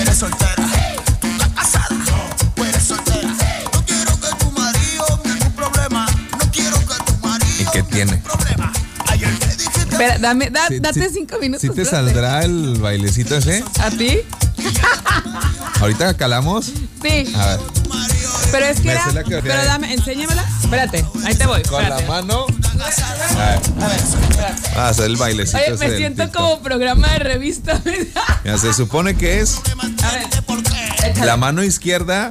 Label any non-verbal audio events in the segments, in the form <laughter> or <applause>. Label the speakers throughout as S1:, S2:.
S1: eres soltera. Tú estás casada. Tú eres soltera. No quiero que tu marido me haga un problema. No quiero que tu marido
S2: ¿Y qué tiene?
S1: problema. Ayer te dije que
S3: Espera, dame, da-
S2: Sí,
S3: date
S2: sí,
S3: cinco minutos.
S2: ¿Sí te
S3: espérate.
S2: saldrá el bailecito ese?
S3: ¿A ti?
S2: Ahorita calamos.
S3: Sí.
S2: A ver.
S1: tu marido
S3: Pero es que
S2: Me
S3: era.
S2: sé la que-
S3: Pero dame, enséñamela. Espérate, ahí te voy.
S2: Con la
S3: espérate.
S2: mano. A ver. Va a hacer el bailecito.
S3: Oye,
S2: ese
S3: me
S2: del
S3: siento
S2: TikTok.
S3: como programa de revista. <laughs> ¿verdad?
S2: Mira, se supone que es
S3: A ver,
S2: la mano izquierda.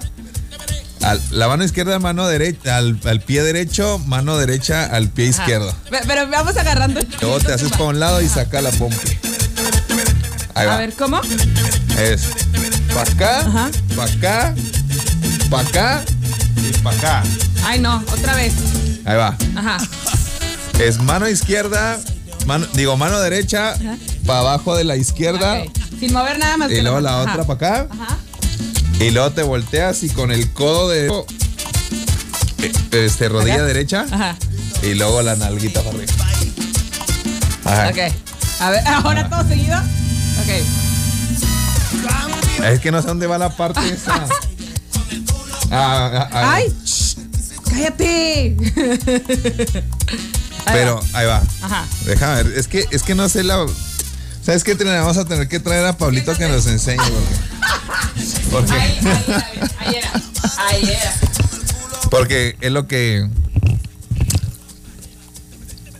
S2: al- la mano izquierda, mano derecha, al, al pie derecho, mano derecha, al pie izquierdo.
S3: ve- pero vamos agarrando.
S2: Luego te haces para un lado y saca la pompa. Ahí va.
S3: A ver, ¿cómo?
S2: Es para acá,
S3: Ajá.
S2: para acá, para acá y para acá.
S3: Ay, no, otra vez.
S2: Ahí va.
S3: Ajá.
S2: Es mano izquierda, mano- digo mano derecha, para abajo de la izquierda.
S3: Ok. Sin mover nada más.
S2: Y
S3: que
S2: luego la
S3: ajá.
S2: otra para acá.
S3: Ajá.
S2: Y luego te volteas y con el codo de. Este, rodilla
S3: Acá.
S2: derecha.
S3: Ajá.
S2: Y luego la nalguita para arriba. Ajá.
S3: Ok. A ver, <laughs>
S2: Ah.
S3: ahora todo seguido. Ok.
S2: Es que no sé dónde va la
S3: <laughs>
S2: parte esa. Ah, ah, ah,
S3: ¡Ay! shh, ¡Cállate! <laughs> Ahí
S2: Pero ahí va.
S3: Ajá.
S2: Déjame ver. Es que, es que no sé la. ¿Sabes qué? Trina? Vamos a tener que traer a Pablito que nos enseñe.
S3: <laughs>
S2: Porque, porque,
S3: Ahí, ahí, ahí, ahí era. Ahí era.
S2: porque es lo que.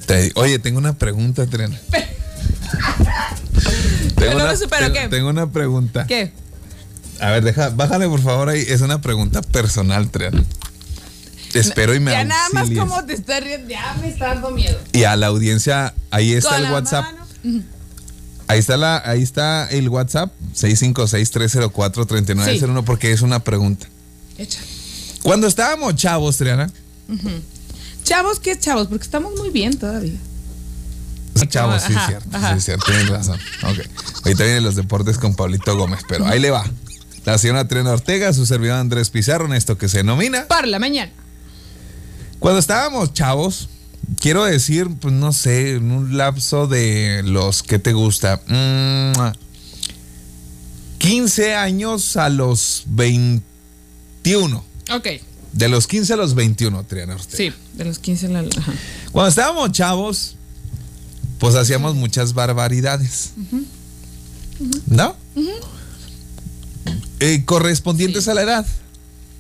S2: Te- oye, tengo una pregunta,
S3: <laughs>
S2: Trena.
S3: Yo no me supero,
S2: tengo-
S3: ¿qué?
S2: tengo una pregunta.
S3: ¿Qué?
S2: A ver, deja, bájale por favor ahí. Es una pregunta personal, Triana. Te espero y me
S3: ya nada más
S2: auxilies.
S3: como te estás riendo. Ya me está dando miedo.
S2: Y a la audiencia, ahí está
S3: Con
S2: el
S3: la
S2: WhatsApp.
S3: mano.
S2: Ahí está la, ahí está el WhatsApp, 656-304-3901, porque es una pregunta.
S3: Echa.
S2: Cuando estábamos chavos, Triana.
S3: Chavos, ¿qué es chavos? Porque estamos muy bien todavía.
S2: Chavos, sí,
S3: Ajá,
S2: cierto.
S3: ajá.
S2: Sí, cierto, tienes razón. Ok. Ahorita vienen los deportes con Pablito Gómez, pero ahí le va. La señora Triana Ortega, su servidor Andrés Pizarro, en esto que se denomina.
S3: Por la mañana.
S2: Cuando estábamos chavos, quiero decir, pues no sé, en un lapso de los que te gusta. mm, 15 años a los 21.
S3: Ok.
S2: De los 15 a los 21, Triana Ortega.
S3: Sí, de los 15 a la. Ajá.
S2: Cuando estábamos chavos, pues hacíamos muchas barbaridades. ¿No? Eh, correspondientes a la edad.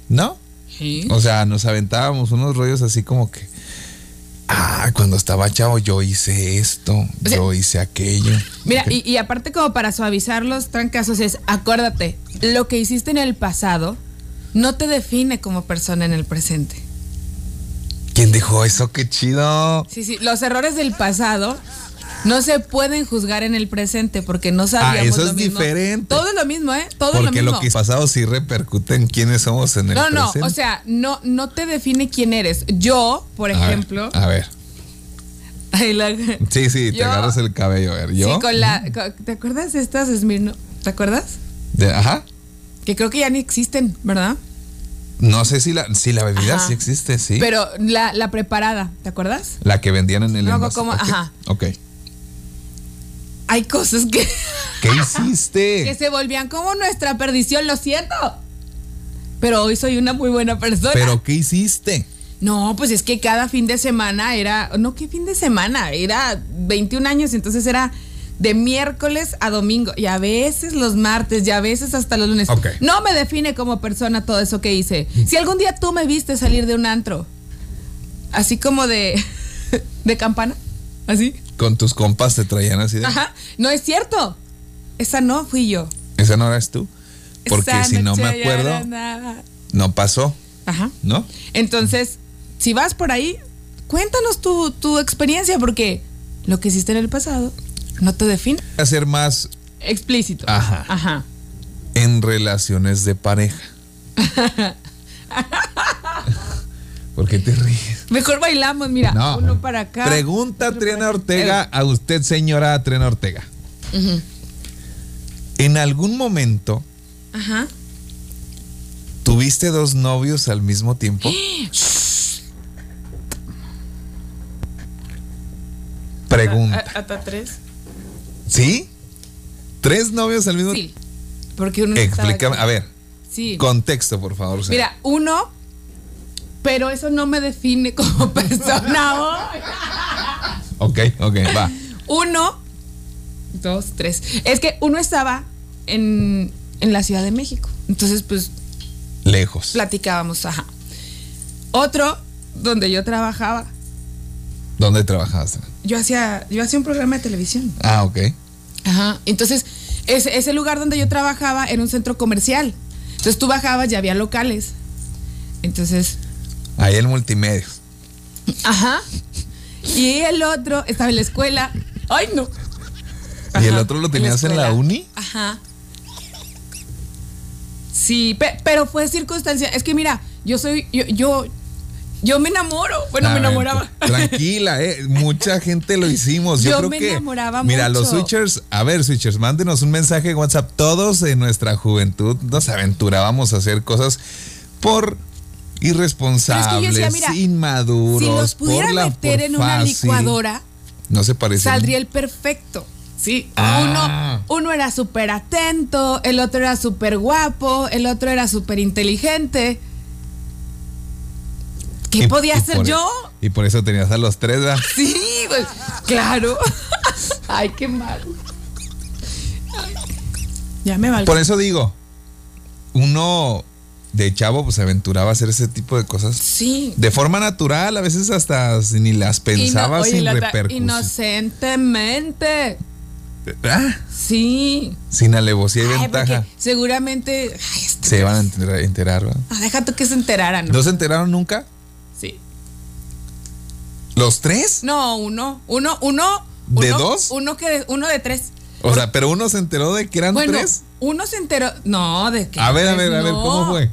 S2: ¿No?
S3: Sí.
S2: O sea, nos aventábamos unos rollos así como que. Ah, cuando estaba chavo yo hice esto,
S3: O sea-
S2: yo hice aquello.
S3: Mira, y, y aparte como para suavizar los trancazos es, acuérdate, lo que hiciste en el pasado no te define como persona en el presente.
S2: ¿Quién dijo eso? ¡Qué chido!
S3: Sí, sí, los errores del pasado no se pueden juzgar en el presente porque no sabíamos
S2: Ah, eso
S3: lo
S2: es
S3: mismo.
S2: diferente.
S3: Todo es lo mismo, ¿eh? Todo es lo
S2: Porque
S3: mismo.
S2: lo que es pasado sí repercute en quiénes somos en el
S3: no, no,
S2: presente.
S3: o sea, no, no te define quién eres. Yo, por
S2: A ver, ah,
S3: ejemplo,
S2: a ver.
S3: <laughs> ay, la-
S2: Sí, sí, te
S3: Yo-
S2: agarras el cabello. A ver, yo.
S3: Sí, con la, con- ¿te acuerdas de estas Smirno? ¿Te acuerdas?
S2: de- ajá.
S3: Que creo que ya ni existen, ¿verdad?
S2: No sé si la, si la bebida
S3: Ajá.
S2: sí existe, sí.
S3: Pero la, la preparada, ¿te acuerdas?
S2: la que vendían en el
S3: No,
S2: envase.
S3: como-
S2: Ok,
S3: ajá.
S2: Ok.
S3: Hay cosas
S2: <laughs>
S3: que,
S2: ¿Qué hiciste?
S3: que se volvían como nuestra perdición, lo siento. Pero hoy soy una muy buena persona.
S2: ¿Pero qué hiciste?
S3: no, pues es que cada fin de semana era. No, ¿qué fin de semana? Era 21 años, entonces era de miércoles a domingo. Y a veces los martes, y a veces hasta los lunes.
S2: Ok. Mm.
S3: No me define como persona todo eso que hice. Si algún día tú me viste salir de un antro, así como de. <laughs> de campana, así.
S2: Con tus compas te traían así de.
S3: Ajá, no es cierto. Esa no fui yo.
S2: Esa no eras tú. Porque
S3: Esa
S2: si no me
S3: noche ya
S2: acuerdo,
S3: era nada.
S2: no pasó,
S3: Ajá.
S2: ¿no?
S3: Entonces, si vas por ahí, cuéntanos tu, tu experiencia, porque lo que hiciste en el pasado no te define.
S2: Hacer más
S3: Explícito.
S2: Ajá.
S3: Ajá.
S2: en relaciones de
S3: <laughs>
S2: pareja. ¿Por qué te ríes?
S3: Mejor bailamos, mira.
S2: No.
S3: Uno para acá.
S2: Pregunta
S3: otro
S2: Triana
S3: para acá.
S2: Ortega a usted, señora Triana Ortega. ¿En algún momento
S3: Ajá.
S2: tuviste dos novios al mismo tiempo? Pregunta.
S3: Hasta tres.
S2: ¿Sí? ¿Tres novios al mismo
S3: Sí. Porque uno no estaba
S2: Explícame,
S3: aquí.
S2: a ver,
S3: Sí.
S2: contexto, por favor. señor.
S3: Mira, uno, pero eso no me define <laughs> como persona hoy.
S2: Ok, ok, va.
S3: Uno, dos, tres. Es que uno estaba en, en la Ciudad de México. Entonces, pues
S2: Lejos.
S3: platicábamos, ajá. Otro, donde yo trabajaba.
S2: ¿Dónde trabajaste?
S3: Yo hacía, yo hacía un programa de televisión.
S2: Ah, ok.
S3: Ajá. Entonces, ese, ese lugar donde yo trabajaba era un centro comercial. Entonces tú bajabas, ya había locales. Entonces,
S2: Ahí en multimedios.
S3: ajá. Y el otro estaba en la escuela. ¡Ay, no!
S2: ¿Y el
S3: Ajá,
S2: otro lo tenías en la
S3: escuela.
S2: uni?
S3: Ajá. Sí, pe- pero fue circunstancia. Es que mira, yo soy, yo, yo, yo me enamoro. Bueno,
S2: A
S3: me
S2: ver,
S3: enamoraba.
S2: <laughs> Tranquila, eh. mucha gente lo hicimos. Yo,
S3: Yo
S2: creo
S3: me
S2: que.
S3: enamoraba
S2: mira,
S3: mucho.
S2: los switchers, a ver, switchers, mándenos un mensaje en WhatsApp. Todos en nuestra juventud nos aventurábamos a hacer cosas por irresponsables,
S3: Pero es que yo decía, mira,
S2: inmaduros,
S3: si los
S2: por
S3: pudiera
S2: la-
S3: meter
S2: por
S3: en una
S2: fácil.
S3: licuadora,
S2: No se parece.
S3: saldría el perfecto. Sí,
S2: Ah.
S3: uno, uno era súper atento, el otro era súper guapo, el otro era súper inteligente. ¿Qué
S2: Y-
S3: podía
S2: y
S3: hacer
S2: por- e-
S3: yo?
S2: Y por eso tenías a los tres, ¿verdad?
S3: Sí, pues, claro. <laughs> Ay, qué mal. Ya me valió.
S2: Por eso digo, uno de chavo pues se aventuraba a hacer ese tipo de cosas
S3: Sí.
S2: de forma natural, a veces hasta ni las pensaba
S3: Ino- oye,
S2: sin
S3: la otra,
S2: repercusión.
S3: Inocentemente.
S2: Ah,
S3: Sí.
S2: Sin alevosía y
S3: Ay,
S2: ventaja.
S3: porque seguramente. ay, este-
S2: Se van a enterar, enterar, ¿verdad?
S3: Ah, deja tú que se enteraran. ¿no?
S2: ¿No se enteraron nunca?
S3: Sí.
S2: ¿Los tres?
S3: No, uno. Uno, uno.
S2: ¿De
S3: uno-
S2: dos?
S3: Uno, que de, uno de tres.
S2: O sea, pero uno se enteró de que eran
S3: Bueno,
S2: tres.
S3: uno se enteró. No, de que.
S2: A ver, a
S3: tres,
S2: ver, a ver,
S3: no.
S2: ¿cómo fue?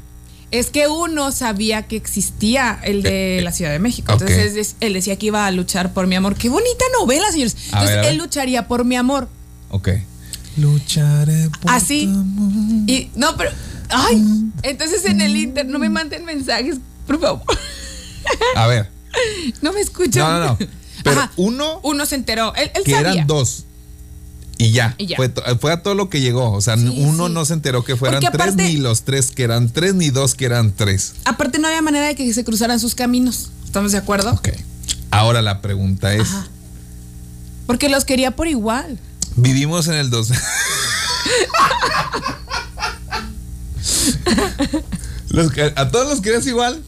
S3: Es que uno sabía que existía el de
S2: Eh, eh,
S3: la Ciudad de México.
S2: ok.
S3: Entonces es- él decía que iba a luchar por mi amor. Qué bonita novela, señores.
S2: A
S3: Entonces
S2: ver, a
S3: él
S2: ver.
S3: lucharía por mi amor.
S2: Ok. Lucharé por
S3: Así.
S2: tu amor.
S3: Y no, pero. Ay, entonces en el Inter no me manden mensajes, por favor. <laughs>
S2: A ver.
S3: No me escuchan.
S2: No, no, no. Pero
S3: Ajá.
S2: uno
S3: Uno se enteró. Él, él
S2: que
S3: sabía.
S2: eran dos. Y ya,
S3: Y ya.
S2: Fue, to- fue a todo lo que llegó. O sea, uno
S3: sí.
S2: no se enteró que fueran
S3: Porque
S2: tres,
S3: aparte-
S2: ni los tres que eran tres, ni dos que eran tres.
S3: Aparte, no había manera de que se cruzaran sus caminos. ¿Estamos de acuerdo?
S2: Ok. Ahora la pregunta es:
S3: Ajá. Porque los quería por igual.
S2: ¿vivimos en el dos? <laughs> Los que- a todos los crees igual.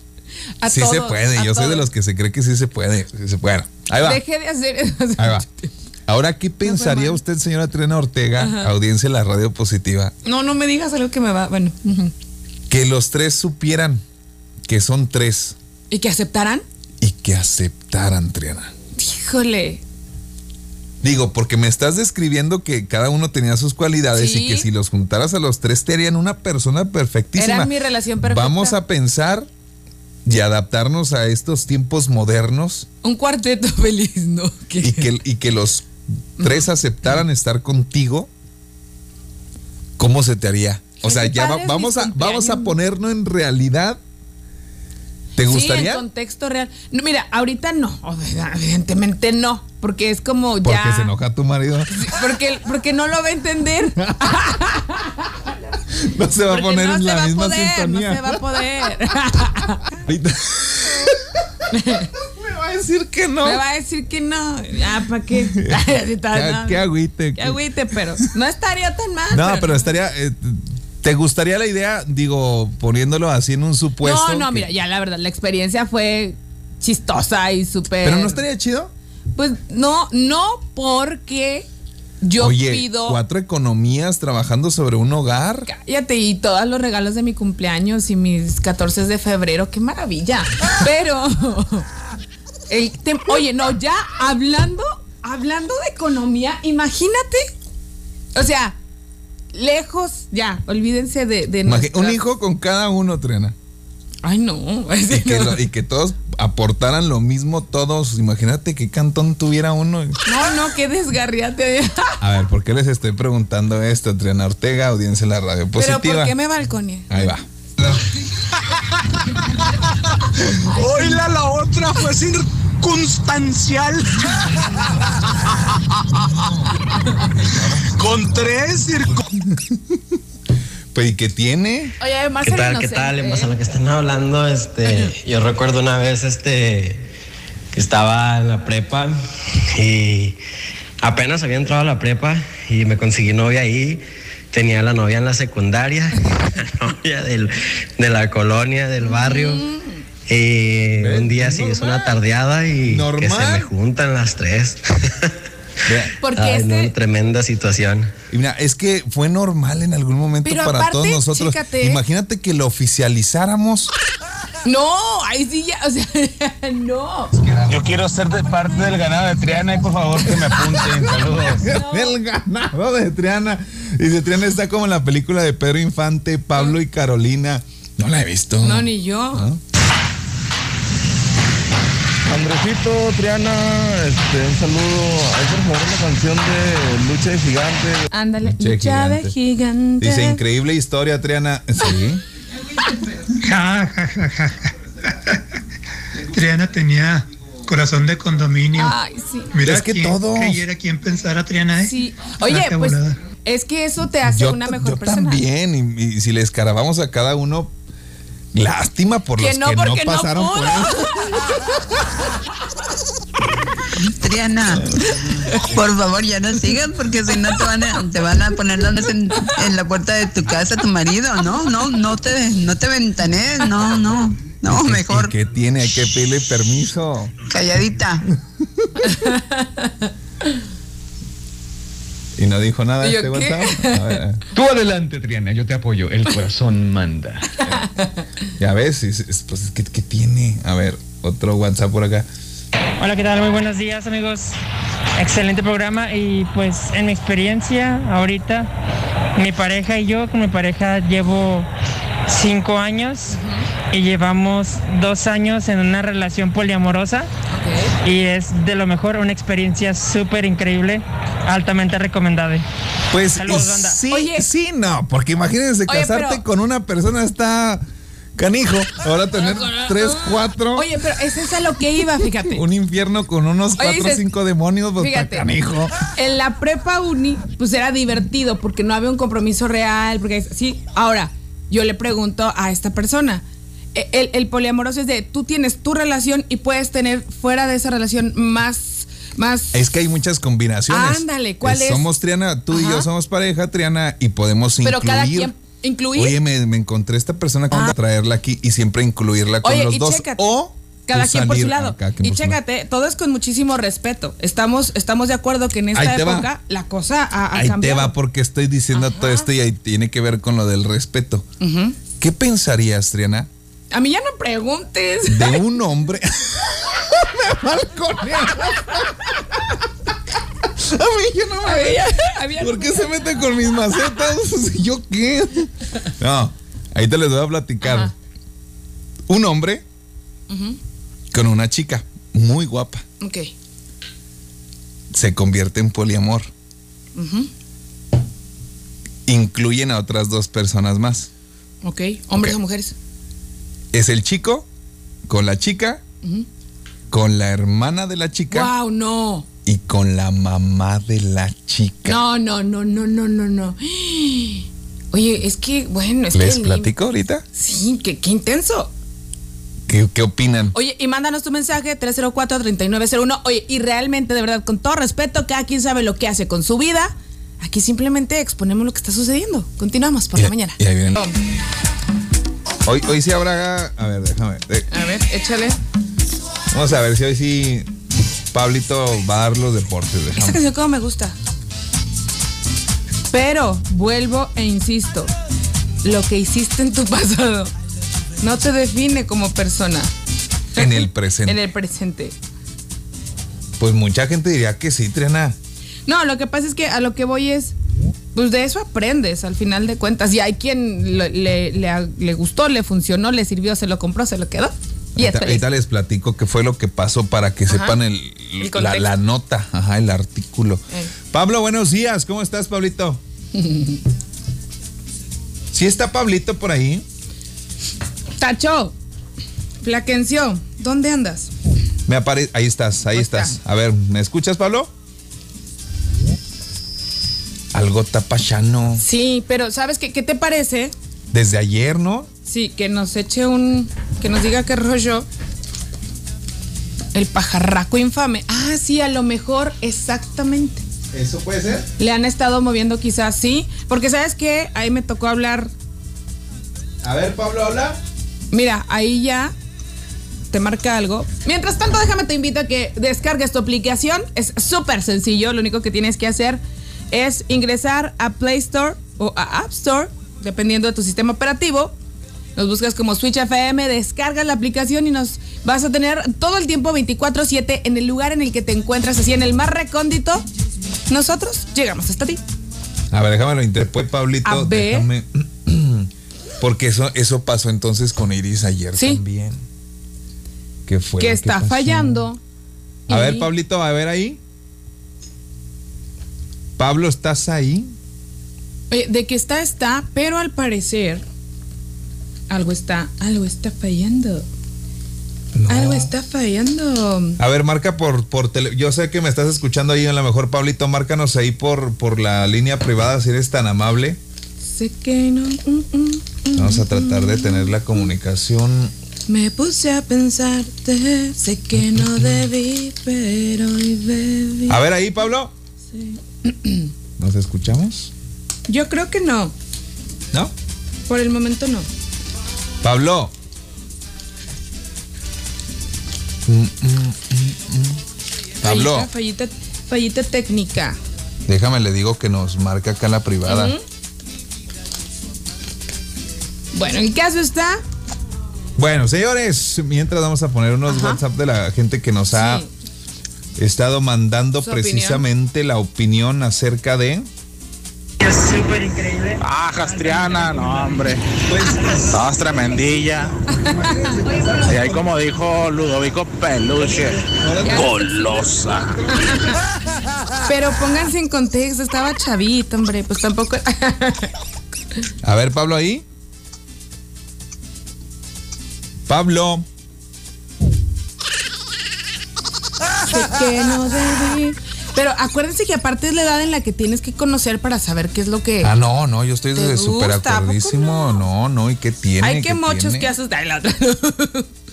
S3: A
S2: sí se
S3: todos,
S2: puede.
S3: a
S2: Yo soy de
S3: todos.
S2: los que se cree que sí se puede. Sí se puede. Bueno, ahí va.
S3: Deje de hacer eso.
S2: Ahí va. Ahora, ¿qué pensaría
S3: mal.
S2: usted, señora Trena Ortega, audiencia de la radio positiva,
S3: No, no me digas algo que me va. Bueno. ujú.
S2: que los tres supieran que son tres
S3: ¿Y que aceptaran?
S2: y que aceptaran, Triana.
S3: Híjole.
S2: Digo, porque me estás describiendo que cada uno tenía sus cualidades
S3: Sí.
S2: y que si los juntaras a los tres te harían una persona perfectísima.
S3: Era mi relación perfecta.
S2: Vamos a pensar y adaptarnos a estos tiempos modernos
S3: Un cuarteto <laughs> feliz, ¿no? ¿Qué?
S2: y
S3: <laughs>
S2: que, y que los tres aceptaran estar contigo. ¿Cómo se te haría? O
S3: Ay,
S2: sea,
S3: qué
S2: ya va-
S3: padres
S2: vamos,
S3: mis
S2: a, vamos a
S3: cumpleaños.
S2: ponernos en realidad. ¿Te
S3: Sí,
S2: gustaría?
S3: en contexto real. No, mira, ahorita no. O sea, Evidentemente no. Porque es como
S2: porque
S3: ya.
S2: se enoja tu
S3: <laughs>
S2: marido.
S3: Sí, Porque, porque no lo va
S2: <laughs>
S3: a entender.
S2: No se va a
S3: Porque
S2: poner
S3: no
S2: en
S3: se va
S2: la
S3: a
S2: misma
S3: poder,
S2: sintonía.
S3: No se va a poder.
S2: <laughs> Ahorita- <laughs> Me va a decir que no.
S3: Me va a decir que no. Ah,
S2: <laughs>
S3: ¿para qué? <laughs> Así
S2: Qué-
S3: tal, no.
S2: qué agüite.
S3: Qué agüite, pero no estaría tan mal.
S2: No, pero estaría. eh, ¿Te gustaría la idea? Digo, poniéndolo así en un supuesto.
S3: No, no,
S2: que-
S3: mira, ya la verdad, la experiencia fue chistosa y súper.
S2: Pero no estaría chido.
S3: Pues no, no porque yo
S2: Oye,
S3: pido.
S2: cuatro economías trabajando sobre un hogar.
S3: Cállate, y todos los regalos de mi cumpleaños y mis 14 de febrero, qué maravilla. Pero, <laughs> el tem- oye, no, ya hablando, hablando de economía, imagínate. O sea, lejos, ya, olvídense de... de
S2: Imagi-
S3: nuestras-
S2: Un hijo con cada uno, Trena.
S3: Ay, no. <laughs>
S2: Y que, lo- y que todos aportaran lo mismo, todos. Imagínate qué cantón tuviera uno.
S3: No, no, qué desgarriate. <laughs>
S2: A ver, ¿por qué les estoy preguntando esto, Trena Ortega, audiencia de la radio
S3: Pero
S2: positiva?
S3: ¿por qué me balconé?
S2: Ahí va.
S4: Oila, la otra fue
S1: <laughs>
S4: circunstancial. Con tres circun...
S2: Pues, ¿Y qué tiene?
S3: Oye, además
S5: ¿Qué
S3: era
S5: tal, qué
S3: inocente,
S5: tal? En
S3: ¿eh?
S5: base a lo que están hablando, este, yo recuerdo una vez, este, que estaba en la prepa y apenas había entrado a la prepa y me conseguí novia ahí. Tenía la novia en la secundaria, <laughs> la novia del- de la colonia, del barrio. Y un día sí es una tardeada y que se
S2: Normal.
S5: me juntan las tres. <laughs>
S2: Vea,
S3: Porque
S5: Ay, no,
S3: este.
S5: tremenda situación.
S2: y mira, es que fue normal en algún momento
S3: Pero
S2: para
S3: aparte,
S2: todos nosotros.
S3: chécate.
S2: Imagínate que lo oficializáramos.
S3: No, ahí sí ya. <laughs> O sea, no.
S6: Yo quiero ser de parte del ganado de Triana y por favor que me apunten. Saludos.
S2: <laughs> El ganado de Triana. Y de Triana está como en la película de Pedro Infante, Pablo y Carolina. No la he visto.
S3: No, ni yo.
S2: Ah.
S7: Andresito, Triana, este, un saludo. Hay por favor una canción de Lucha de Gigante.
S3: Ándale.
S2: Che,
S3: Lucha de
S2: gigante.
S3: gigante.
S2: Dice, increíble historia, Triana. Sí.
S8: Ja, ja, ja, ja, ja. <laughs> Triana tenía corazón de condominio.
S3: Ay, sí.
S8: Mira
S2: Es que
S8: quién
S2: todos.
S8: creyera quién pensara Triana, ¿eh?
S3: Ah. Sí. Oye,
S8: Traje
S3: pues
S8: volada.
S3: es que eso te hace
S2: Yo,
S3: una
S2: ta-
S3: mejor
S2: yo
S3: persona.
S2: también. Y, y si le escarabamos a cada uno, lástima por
S3: Que
S2: los
S3: no,
S2: que no
S3: porque no
S2: pasaron
S3: pudo.
S2: por eso.
S9: Triana, por favor ya no sigas porque si no te van a, te van a poner dones en, en la puerta de tu casa tu marido. No, no, no te, no te ventanees, no, no, no,
S2: ¿Y- y
S9: mejor
S2: ¿Qué tiene? Hay que pedirle permiso.
S9: calladita.
S2: Y no dijo nada
S3: ¿Y yo
S2: este
S3: qué?
S2: WhatsApp. A ver,
S6: Tú adelante, Triana, yo te apoyo. El corazón manda.
S2: <laughs> ya ves, es- es- pues, ¿qué, qué tiene? A ver, otro WhatsApp por acá.
S10: Hola, ¿qué tal? Muy buenos días, amigos. Excelente programa y pues en mi experiencia ahorita, mi pareja y yo, con mi pareja llevo cinco años y llevamos dos años en una relación poliamorosa
S3: Ok.
S10: y es de lo mejor una experiencia súper increíble, altamente recomendable.
S2: Pues
S10: Saludos,
S2: y
S10: banda.
S2: sí,
S3: Oye.
S2: sí, no, porque imagínense
S3: Oye,
S2: casarte
S3: pero-
S2: con una persona está canijo. Ahora
S3: <laughs>
S2: tener <laughs> tres, cuatro,
S3: Oye, pero es esa lo que iba,
S2: <laughs>
S3: fíjate.
S2: un infierno con unos
S3: Oye,
S2: cuatro,
S3: dices,
S2: cinco demonios, pues está
S3: Fíjate,
S2: canijo.
S3: en la prepa uni, pues era divertido porque no había un compromiso real, porque es- sí. Ahora, yo le pregunto a esta persona, e- el, el poliamoroso es de, tú tienes tu relación y puedes tener fuera de esa relación más, más...
S2: Es que hay muchas combinaciones. Eh,
S3: Ándale, ¿cuál es?
S2: Somos Triana, tú y
S3: Ajá.
S2: yo somos pareja, Triana, y podemos
S3: pero
S2: incluir.
S3: cada quien incluir. Ah.
S2: Oye, me, me encontré esta persona con traerla aquí y siempre incluirla con
S3: Oye,
S2: los
S3: y
S2: dos.
S3: chécate.
S2: O
S3: cada
S2: tú
S3: quien por su
S2: salir-
S3: lado.
S2: ah, cada quien
S3: Y
S2: por su lado.
S3: chécate, todo es con muchísimo respeto. Estamos, estamos de acuerdo que en esta
S2: Ahí te va.
S3: época la cosa ha, ha
S2: Ahí te
S3: cambiado.
S2: va porque estoy diciendo todo esto y ahí tiene que ver con lo del respeto.
S3: Ujú.
S2: ¿Qué pensarías, Triana,
S3: A mí ya no preguntes. <laughs>
S2: de un hombre? <laughs> me balconea. A mí yo no me
S3: Había- había-
S2: ¿Por qué se mete con mis macetas? <laughs> ¿Yo qué? No, ahí te les voy a platicar.
S3: Ajá.
S2: Un hombre con una chica muy guapa
S3: Ok.
S2: se convierte en poliamor. Incluyen a otras dos personas más.
S3: Ok, hombres
S2: Ok.
S3: o mujeres.
S2: Es el chico con la chica, con la hermana de la chica
S3: Wow, no.
S2: y con la mamá de la chica.
S3: No, no, no, no, no, no, no. <gasps> Oye, es que, bueno, es que.
S2: ¿Les
S3: el-
S2: platico ahorita?
S3: Sí, que, qué intenso.
S2: ¿Qué, qué opinan?
S3: Oye, y mándanos tu mensaje 304-3901. Oye, y realmente, de verdad, con todo respeto, cada quien sabe lo que hace con su vida. Aquí simplemente exponemos lo que está sucediendo. Continuamos por
S2: Y-
S3: la mañana.
S2: y ahí vienen.
S3: Oh.
S2: Hoy, hoy sí habrá... A ver, déjame. eh,
S3: A ver, échale.
S2: Vamos a ver si hoy sí Pablito va a dar los deportes.
S3: Esa <laughs>
S2: déjame.
S3: canción como me gusta. Pero vuelvo e insisto, lo que hiciste en tu <laughs> pasado no te define como persona.
S2: En el presente.
S3: En el presente.
S2: Pues mucha gente diría que sí, Triana.
S3: No, lo que pasa es que a lo que voy es, pues de eso aprendes al final de cuentas. Y hay quien lo- le, le- le gustó, le funcionó, le sirvió, se lo compró, se lo quedó. Y
S2: ahorita,
S3: está bien.
S2: ahorita les platico qué fue lo que pasó para que sepan el,
S3: El
S2: la,
S3: contexto.
S2: la nota, ajá, el artículo.
S3: Eh.
S2: Pablo, buenos días. ¿Cómo estás,
S3: <laughs>
S2: Pablito? ¿Sí está Pablito por ahí?
S3: Tacho, Flaquencio, ¿dónde andas?
S2: Me apare ahí estás, ahí
S3: Ahí
S2: estás. A ver, ¿me escuchas, Pablo? A algo está pasando
S3: Sí, pero ¿sabes qué, qué te parece?
S2: desde ayer, ¿no?
S3: Sí, que nos eche un. que nos diga qué rollo. El pajarraco infame. Ah, sí, a lo mejor, exactamente.
S2: ¿Eso puede ser?
S3: Le han estado moviendo quizás, sí. Porque, ¿sabes qué? Ahí me tocó hablar.
S2: A ver, Pablo, habla.
S3: Mira, ahí ya te marca algo. Mientras tanto, déjame te invito a que descargues tu aplicación. Es súper sencillo. Lo único que tienes que hacer es ingresar a Play Store o a App Store, dependiendo de tu sistema operativo. Nos buscas como Switch FM, descargas la aplicación y nos vas a tener todo el tiempo 24/7 en el lugar en el que te encuentras, así en el más recóndito. Nosotros llegamos hasta ti.
S2: A ver, déjame lo interpretar, Pablito.
S3: A ver.
S2: Déjame. <clears throat> Porque eso, eso pasó entonces con Iris ayer
S3: Sí.
S2: también. ¿Qué fue?
S3: que
S2: lo
S3: está
S2: pasó?
S3: fallando.
S2: A
S3: Y-
S2: ver, Pablito, a ver ahí. Pablo, ¿estás ahí?
S3: Oye, Eh, de que está, está, pero al parecer algo está, algo está fallando. Algo está fallando.
S2: A ver, marca por, por tele. Yo sé que me estás escuchando ahí, a lo mejor, Pablito, márcanos ahí por, por la línea privada si eres tan amable.
S3: Sé que no. mm, mm, mm,
S2: Vamos a tratar de tener la comunicación.
S3: Me puse a pensarte, sé que no debí, pero hoy debí.
S2: A ver ahí, Pablo. ¿Nos escuchamos?
S3: Yo creo que no,
S2: ¿No?
S3: por el momento no.
S2: Pablo. Pablo, Mm,
S3: Fallita, fallita, fallita técnica.
S2: déjame le digo que nos marca acá la privada.
S3: Ujú. Bueno, el caso está.
S2: Bueno, señores, mientras vamos a poner unos WhatsApp de la gente que nos ha estado mandando
S11: Su
S2: precisamente la opinión acerca de.
S11: Es súper increíble. Pues, Ah, Jastriana, no, hombre. Estabas tremendilla. Y ahí, como dijo Ludovico Peluche, golosa.
S3: Pero pónganse en contexto, estaba chavito, hombre, pues tampoco. <laughs>
S2: A ver, Pablo, ahí. Pablo.
S3: Sé que no debí. Pero acuérdense que aparte es la edad en la que tienes que conocer para saber qué es lo que.
S2: Ah, no, no, yo estoy
S3: Eh, ¿Te
S2: desde
S3: gusta?
S2: súper
S3: ¿A poco
S2: acordísimo. No, no, ¿y qué tiene?
S3: Hay que
S2: ¿Qué
S3: mochos
S2: tiene?
S3: que asustan. Ay, la otra.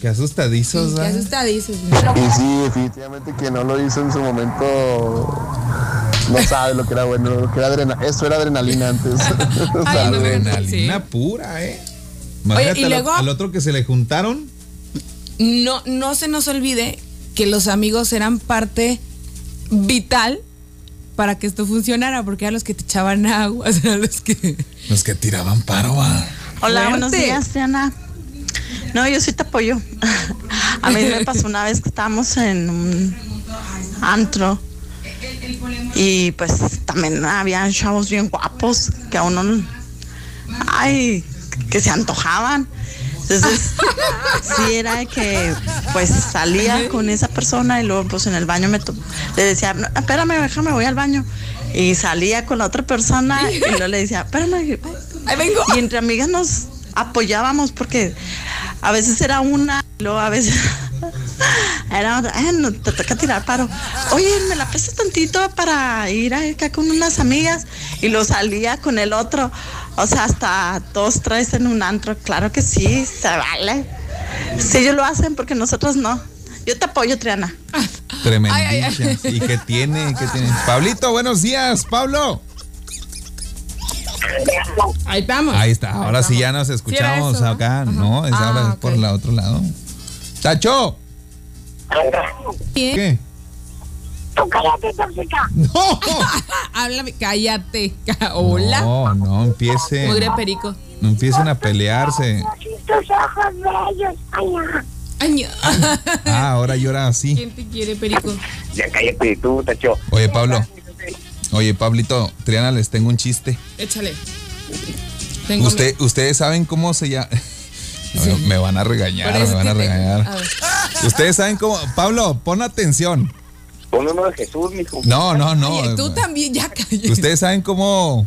S2: Qué asustadizos, ¿eh?
S3: Qué
S2: ¿verdad?
S3: asustadices.
S5: Y sí, definitivamente quien no lo hizo en su momento no sabe lo que era bueno, lo que era adrena- eso era
S12: <laughs>
S5: adrenalina antes.
S2: Adrenalina pura, ¿eh? Imagínate
S3: y
S2: al-
S3: luego-
S2: al otro que se le juntaron.
S3: No, no se nos olvide que los amigos eran parte vital para que esto funcionara, porque eran los que te echaban agua, <laughs> eran los que.
S2: Los que tiraban paro, ah.
S13: Hola,
S3: Fuerte.
S13: buenos días, Diana. No, yo sí te apoyo. A mí me pasó una vez que estábamos en un antro y pues también habían chavos bien guapos que a uno, ay, que se antojaban. Entonces, sí era de que pues salía con esa persona y luego pues en el baño me to- le decía, "No, espérame, déjame, voy al baño. Y salía con la otra persona y luego le decía, espérame, y entre amigas nos apoyábamos porque a veces era una, y luego a veces <laughs> era otra. "Ah, no, te toca tirar paro. Oye, me la pesa tantito para ir acá con unas amigas y lo salía con el otro. O sea, hasta dos, tres en un antro. Claro que sí, se vale. Si ellos lo hacen, porque nosotros no. Yo te apoyo, Triana.
S2: Tremendillas.
S13: Ay, ay, ay.
S2: ¿Y qué tiene? ¿Qué tiene? Pablito, buenos días, Pablo.
S3: Ahí estamos.
S2: Ahí está, ahora sí ya nos escuchamos acá, ¿no? Es
S3: Ah,
S2: ahora es por el otro lado. ¡Tacho! ¿Qué?
S3: Tú cállate, tóxica.
S2: <laughs> No.
S3: <laughs> Háblame, cállate. <laughs> Ca- Hola.
S2: No, eh. no empiece.
S3: Mugre perico.
S2: No empiecen a pelearse.
S3: Tus ojos bellos. Aña. Aña.
S2: Ah, ahora llora así.
S3: <laughs> ¿Quién te quiere, perico?
S2: Ya cállate tú, Tacho. Oye, Pablo. Oye, Pablito, Triana, les tengo un chiste.
S3: Échale.
S2: Usted, ustedes saben cómo se llama. <laughs> Me- Me van a regañar,
S3: Pero es
S2: me van
S3: que
S2: a
S3: te- Ah,
S2: regañar.
S3: a ver.
S2: Ustedes saben cómo. Pablo, pon atención.
S14: Pon uno de Jesús, mijo.
S2: No, no, no.
S3: Oye, tú también ya cállate.
S2: Ustedes saben cómo.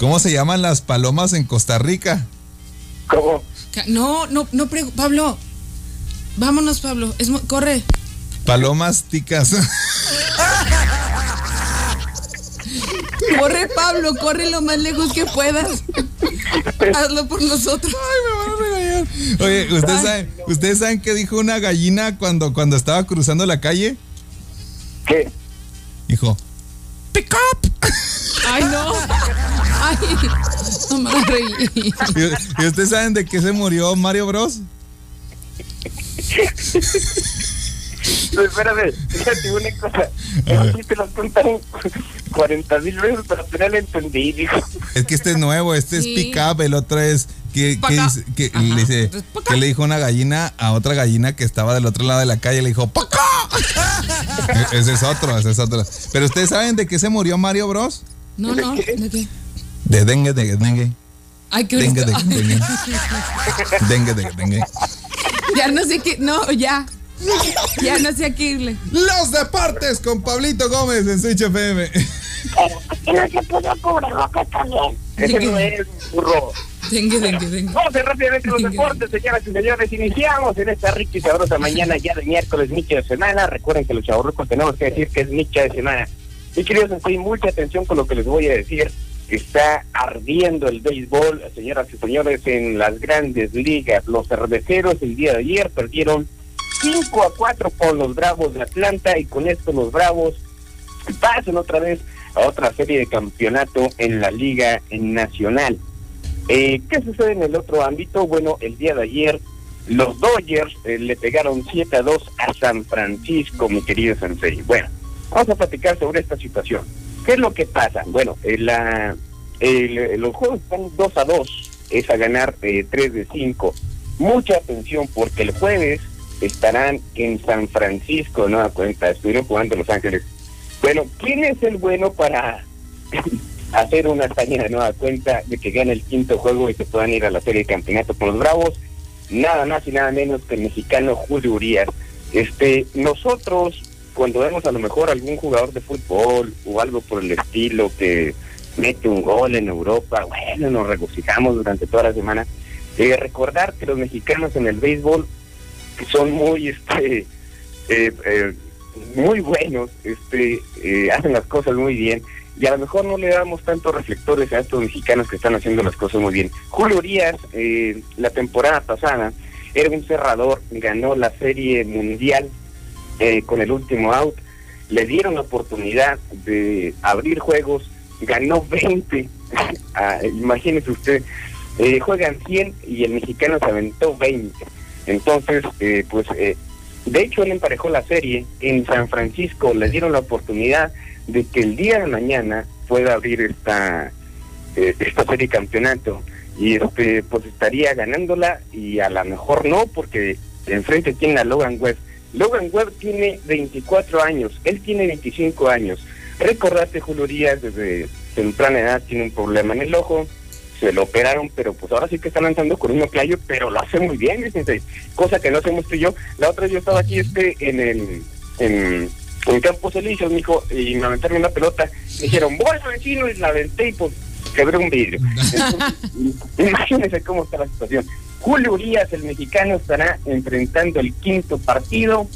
S2: ¿Cómo se llaman las palomas en Costa Rica?
S14: ¿Cómo?
S3: Ca- No, no, no, pregu- Pablo. Vámonos, Pablo. Es mu- corre.
S2: <laughs> Palomas ticas.
S3: Corre, Pablo, corre lo más lejos que puedas. Hazlo por nosotros.
S2: Oye, ¿ustedes saben, ¿ustedes saben qué dijo una gallina cuando, cuando estaba cruzando la calle?
S13: ¿Qué?
S2: Dijo,
S3: ¡Pick up! Ay, no. Ay, no me reí.
S2: ¿y, y ustedes saben de qué se murió Mario Bros?
S13: No, espérame, fíjate una cosa. Eso sí te lo contaron 40 mil veces, pero tú no lo entendí, dijo.
S2: Es que este es nuevo, este
S13: Sí.
S2: es pick up, el otro es que, que
S13: Paca.
S2: dice- que le dice- que le dijo una gallina a otra gallina que estaba del otro lado de la calle, le dijo ¡Paca! E- ese es otro, ese es otro. Pero ustedes saben de qué se murió Mario Bros?
S3: No, no. ¿de qué?
S2: De dengue, de dengue.
S3: Ay, qué
S2: Dengue,
S3: bonito.
S2: dengue, dengue. Dengue, dengue, dengue.
S3: Ya no sé qué. No, ya. Ya no sé a qué irle.
S2: Los deportes con Pablito Gómez en Switch FM. <laughs>
S13: Y no se puso cubrebocas también. Ese no es, burro.
S3: Dengue,
S13: dengue, dengue. Vamos a ir
S12: <laughs>
S13: rápidamente a los deportes, señoras y señores. Iniciamos en esta rica y sabrosa mañana, ya de miércoles, micha de semana. Recuerden que los chavorrucos tenemos que decir que es micha de semana. Y queridos, estoy mucha atención con lo que les voy a decir. Está ardiendo el béisbol, señoras y señores, en las grandes ligas. Los cerveceros el día de ayer perdieron 5 a 4 con los Bravos de Atlanta y con esto los Bravos pasan otra vez a otra serie de campeonato en la Liga Nacional. Eh, ¿Qué sucede en el otro ámbito? Bueno, el día de ayer los Dodgers eh, le pegaron 7 a 2 a San Francisco, mi querido Sensei. Bueno, vamos a platicar sobre esta situación. ¿Qué es lo que pasa? Bueno, eh, la, el- los juegos están 2 a 2, es a ganar eh, 3 de 5. Mucha atención porque el jueves estarán en San Francisco, no da cuenta, estuvieron jugando en Los Ángeles. Bueno, ¿quién es el bueno para <laughs> hacer una hazaña de nueva cuenta de que gane el quinto juego y se puedan ir a la serie de campeonato con los Bravos? Nada más y nada menos que el mexicano Julio Urias. Este, nosotros, cuando vemos a lo mejor algún jugador de fútbol o algo por el estilo que mete un gol en Europa, bueno, nos regocijamos durante toda la semana. Eh, recordar que los mexicanos en el béisbol son muy, este, eh, eh, muy buenos, este, eh, hacen las cosas muy bien y a lo mejor no le damos tantos reflectores a estos mexicanos que están haciendo las cosas muy bien. Julio Urias, eh, la temporada pasada, era un cerrador, ganó la Serie Mundial eh, con el último out, le dieron la oportunidad de abrir juegos, ganó 20, <laughs> Ah, imagínese usted, eh, juegan 100 y el mexicano se aventó 20. Entonces, eh, pues eh, de hecho, él emparejó la serie en San Francisco. Le dieron la oportunidad de que el día de mañana pueda abrir esta, eh, esta serie de campeonato. Y este, pues estaría ganándola y a lo mejor no, porque enfrente tiene a Logan Webb. Logan Webb tiene 24 años, él tiene 25 años. Recordate, Julio Urias, desde temprana edad tiene un problema en el ojo, se lo operaron, pero pues ahora sí que está lanzando con un playo, pero lo hace muy bien, fíjense, cosa que no hacemos tú y yo. La otra yo estaba aquí este en el en, en Campos Elíseos, me dijo, y me aventaron una pelota, me dijeron, bueno vecino, y la aventé y pues quebré un vidrio. Imagínense cómo está la situación. Julio Urias, el mexicano, estará enfrentando el quinto partido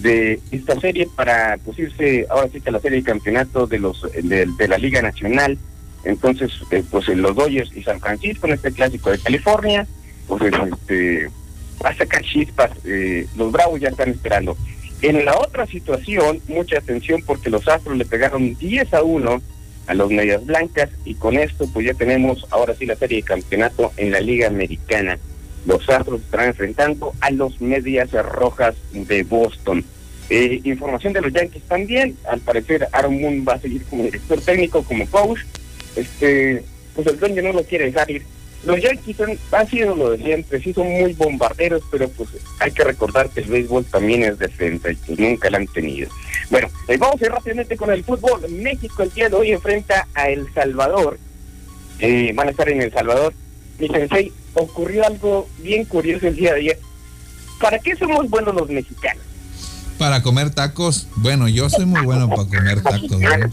S13: de esta serie para pues, irse ahora sí que a la serie de campeonato de los de, de la Liga Nacional. Entonces, eh, pues en los Dodgers y San Francisco, en este clásico de California, pues este, va a sacar chispas. eh, los Bravos ya están esperando. En la otra situación, mucha atención porque los Astros le pegaron 10 a 1 a los Medias Blancas y con esto pues ya tenemos ahora sí la serie de campeonato en la Liga Americana. Los Astros estarán enfrentando a los Medias Rojas de Boston. Eh, información de los Yankees también, al parecer Aaron Moon va a seguir como director técnico, como coach. Este, pues el dueño no lo quiere dejar ir. Los Yankees han, han sido lo de siempre, sí son muy bombarderos, pero pues hay que recordar que el béisbol también es defensa y que nunca la han tenido. Bueno, eh, vamos a ir rápidamente con el fútbol. México el día de hoy enfrenta a El Salvador. Eh, van a estar en El Salvador. Mi sensei, ocurrió algo bien curioso el día de ayer. ¿Para qué somos buenos los mexicanos?
S2: Para comer tacos. Bueno, yo soy muy bueno para comer tacos. ¿verdad?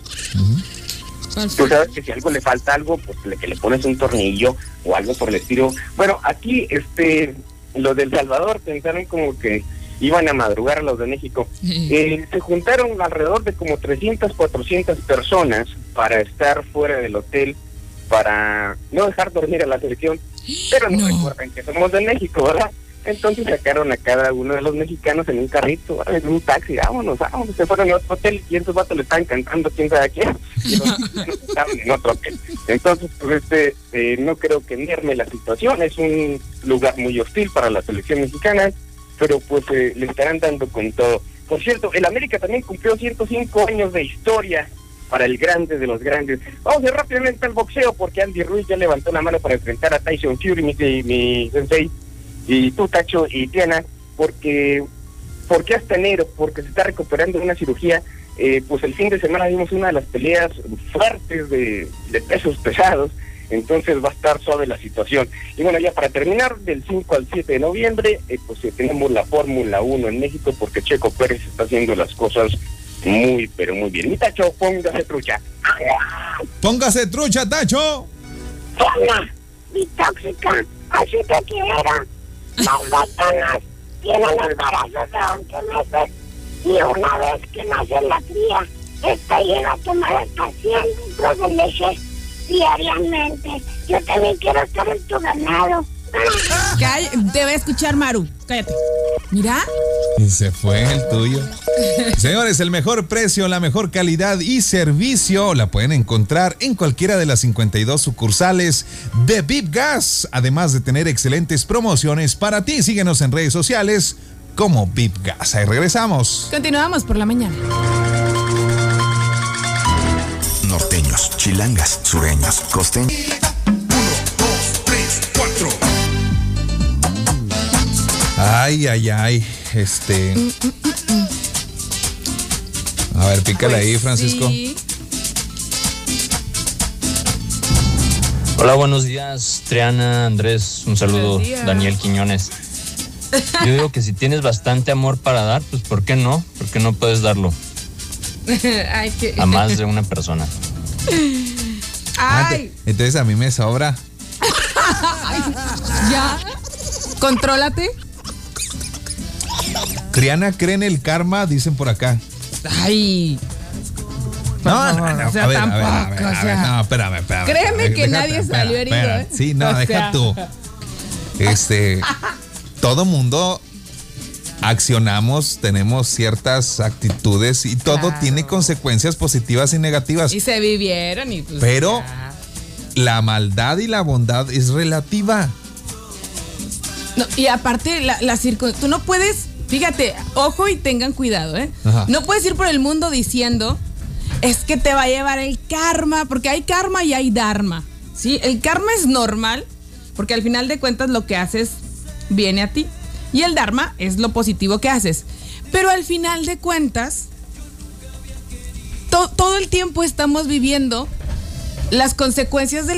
S13: Tú sabes que si algo le falta algo, pues le, que le pones un tornillo o algo por el estilo. Bueno, aquí este los del Salvador pensaron como que iban a madrugar a los de México. Eh, se juntaron alrededor de como 300, 400 personas para estar fuera del hotel, para no dejar dormir a la selección, pero no, recuerden que somos de México, ¿verdad? Entonces sacaron a cada uno de los mexicanos en un carrito, ¿verdad? en un taxi, vámonos, vámonos, se fueron a otro hotel y esos vatos le estaban cantando quién sabe a quién, y los mexicanos estaban en otro hotel. Entonces, pues este, eh, no creo que merme la situación, es un lugar muy hostil para la selección mexicana, pero pues eh, le estarán dando con todo. Por cierto, el América también cumplió 105 años de historia para el grande de los grandes. Vamos a ir rápidamente al boxeo porque Andy Ruiz ya levantó la mano para enfrentar a Tyson Fury, mi, mi sensei, y tú, Tacho, y Diana, porque, porque hasta enero, porque se está recuperando de una cirugía. Eh, pues el fin de semana vimos una de las peleas fuertes de, de pesos pesados, entonces va a estar suave la situación. Y bueno, ya para terminar, del 5 al 7 de noviembre, eh, pues eh, tenemos la Fórmula 1 en México porque Checo Pérez está haciendo las cosas muy, pero muy bien. Mi Tacho, póngase trucha.
S2: Póngase trucha, Tacho.
S1: Toma, mi tóxica, así te quiero. Las botonas tienen embarazos de 11 meses y una vez que nace la cría, esta llega a tomar hasta 100 litros de leche diariamente. Yo también quiero estar en tu ganado.
S3: Calla- te va a escuchar, Maru. Cállate. Mira.
S2: Y se fue el tuyo. Señores, el mejor precio, la mejor calidad y servicio la pueden encontrar en cualquiera de las 52 sucursales de Bip Gas. Además de tener excelentes promociones para ti, síguenos en redes sociales como Bip Gas. Ahí regresamos.
S3: Continuamos por la mañana.
S15: Norteños, chilangas, sureños, costeños.
S2: Ay, ay, ay. Este. A ver, pícale
S3: Pues
S2: ahí, Francisco.
S12: Hola, buenos días, Triana, Andrés, un saludo,
S3: días.
S12: Daniel Quiñones. Yo digo que si tienes bastante amor para dar, pues ¿por qué no? ¿Por qué no puedes darlo
S3: <laughs> Ay, qué.
S12: a más de una persona?
S3: Ay,
S2: Entonces a mí me sobra.
S3: ya. Contrólate.
S2: Triana cree en el karma, dicen por acá.
S3: Ay. Por
S2: No, no,
S3: favor,
S2: no,
S3: Pues o sea,
S2: a ver, a ver, a ver,
S3: tampoco, o
S2: a ver,
S3: sea.
S2: no, espérame, espérame.
S3: Créeme
S2: Déjate,
S3: que nadie
S2: espera,
S3: salió herido,
S2: espera.
S3: ¿eh?
S2: Sí, no,
S3: O
S2: deja
S3: sea.
S2: tú. Este, todo mundo accionamos, tenemos ciertas actitudes y todo
S3: Claro.
S2: tiene consecuencias positivas y negativas.
S3: Y se vivieron y pues.
S2: Pues Pero
S3: ya.
S2: la maldad y la bondad es relativa.
S3: No, y aparte, la, la circun- Tú no puedes. Fíjate, ojo y tengan cuidado, ¿eh?
S2: Ajá.
S3: No puedes ir por el mundo diciendo. Es que te va a llevar el karma. Porque hay karma y hay dharma. ¿Sí? El karma es normal. Porque al final de cuentas lo que haces viene a ti. Y el dharma es lo positivo que haces. Pero al final de cuentas. to- todo el tiempo estamos viviendo las consecuencias de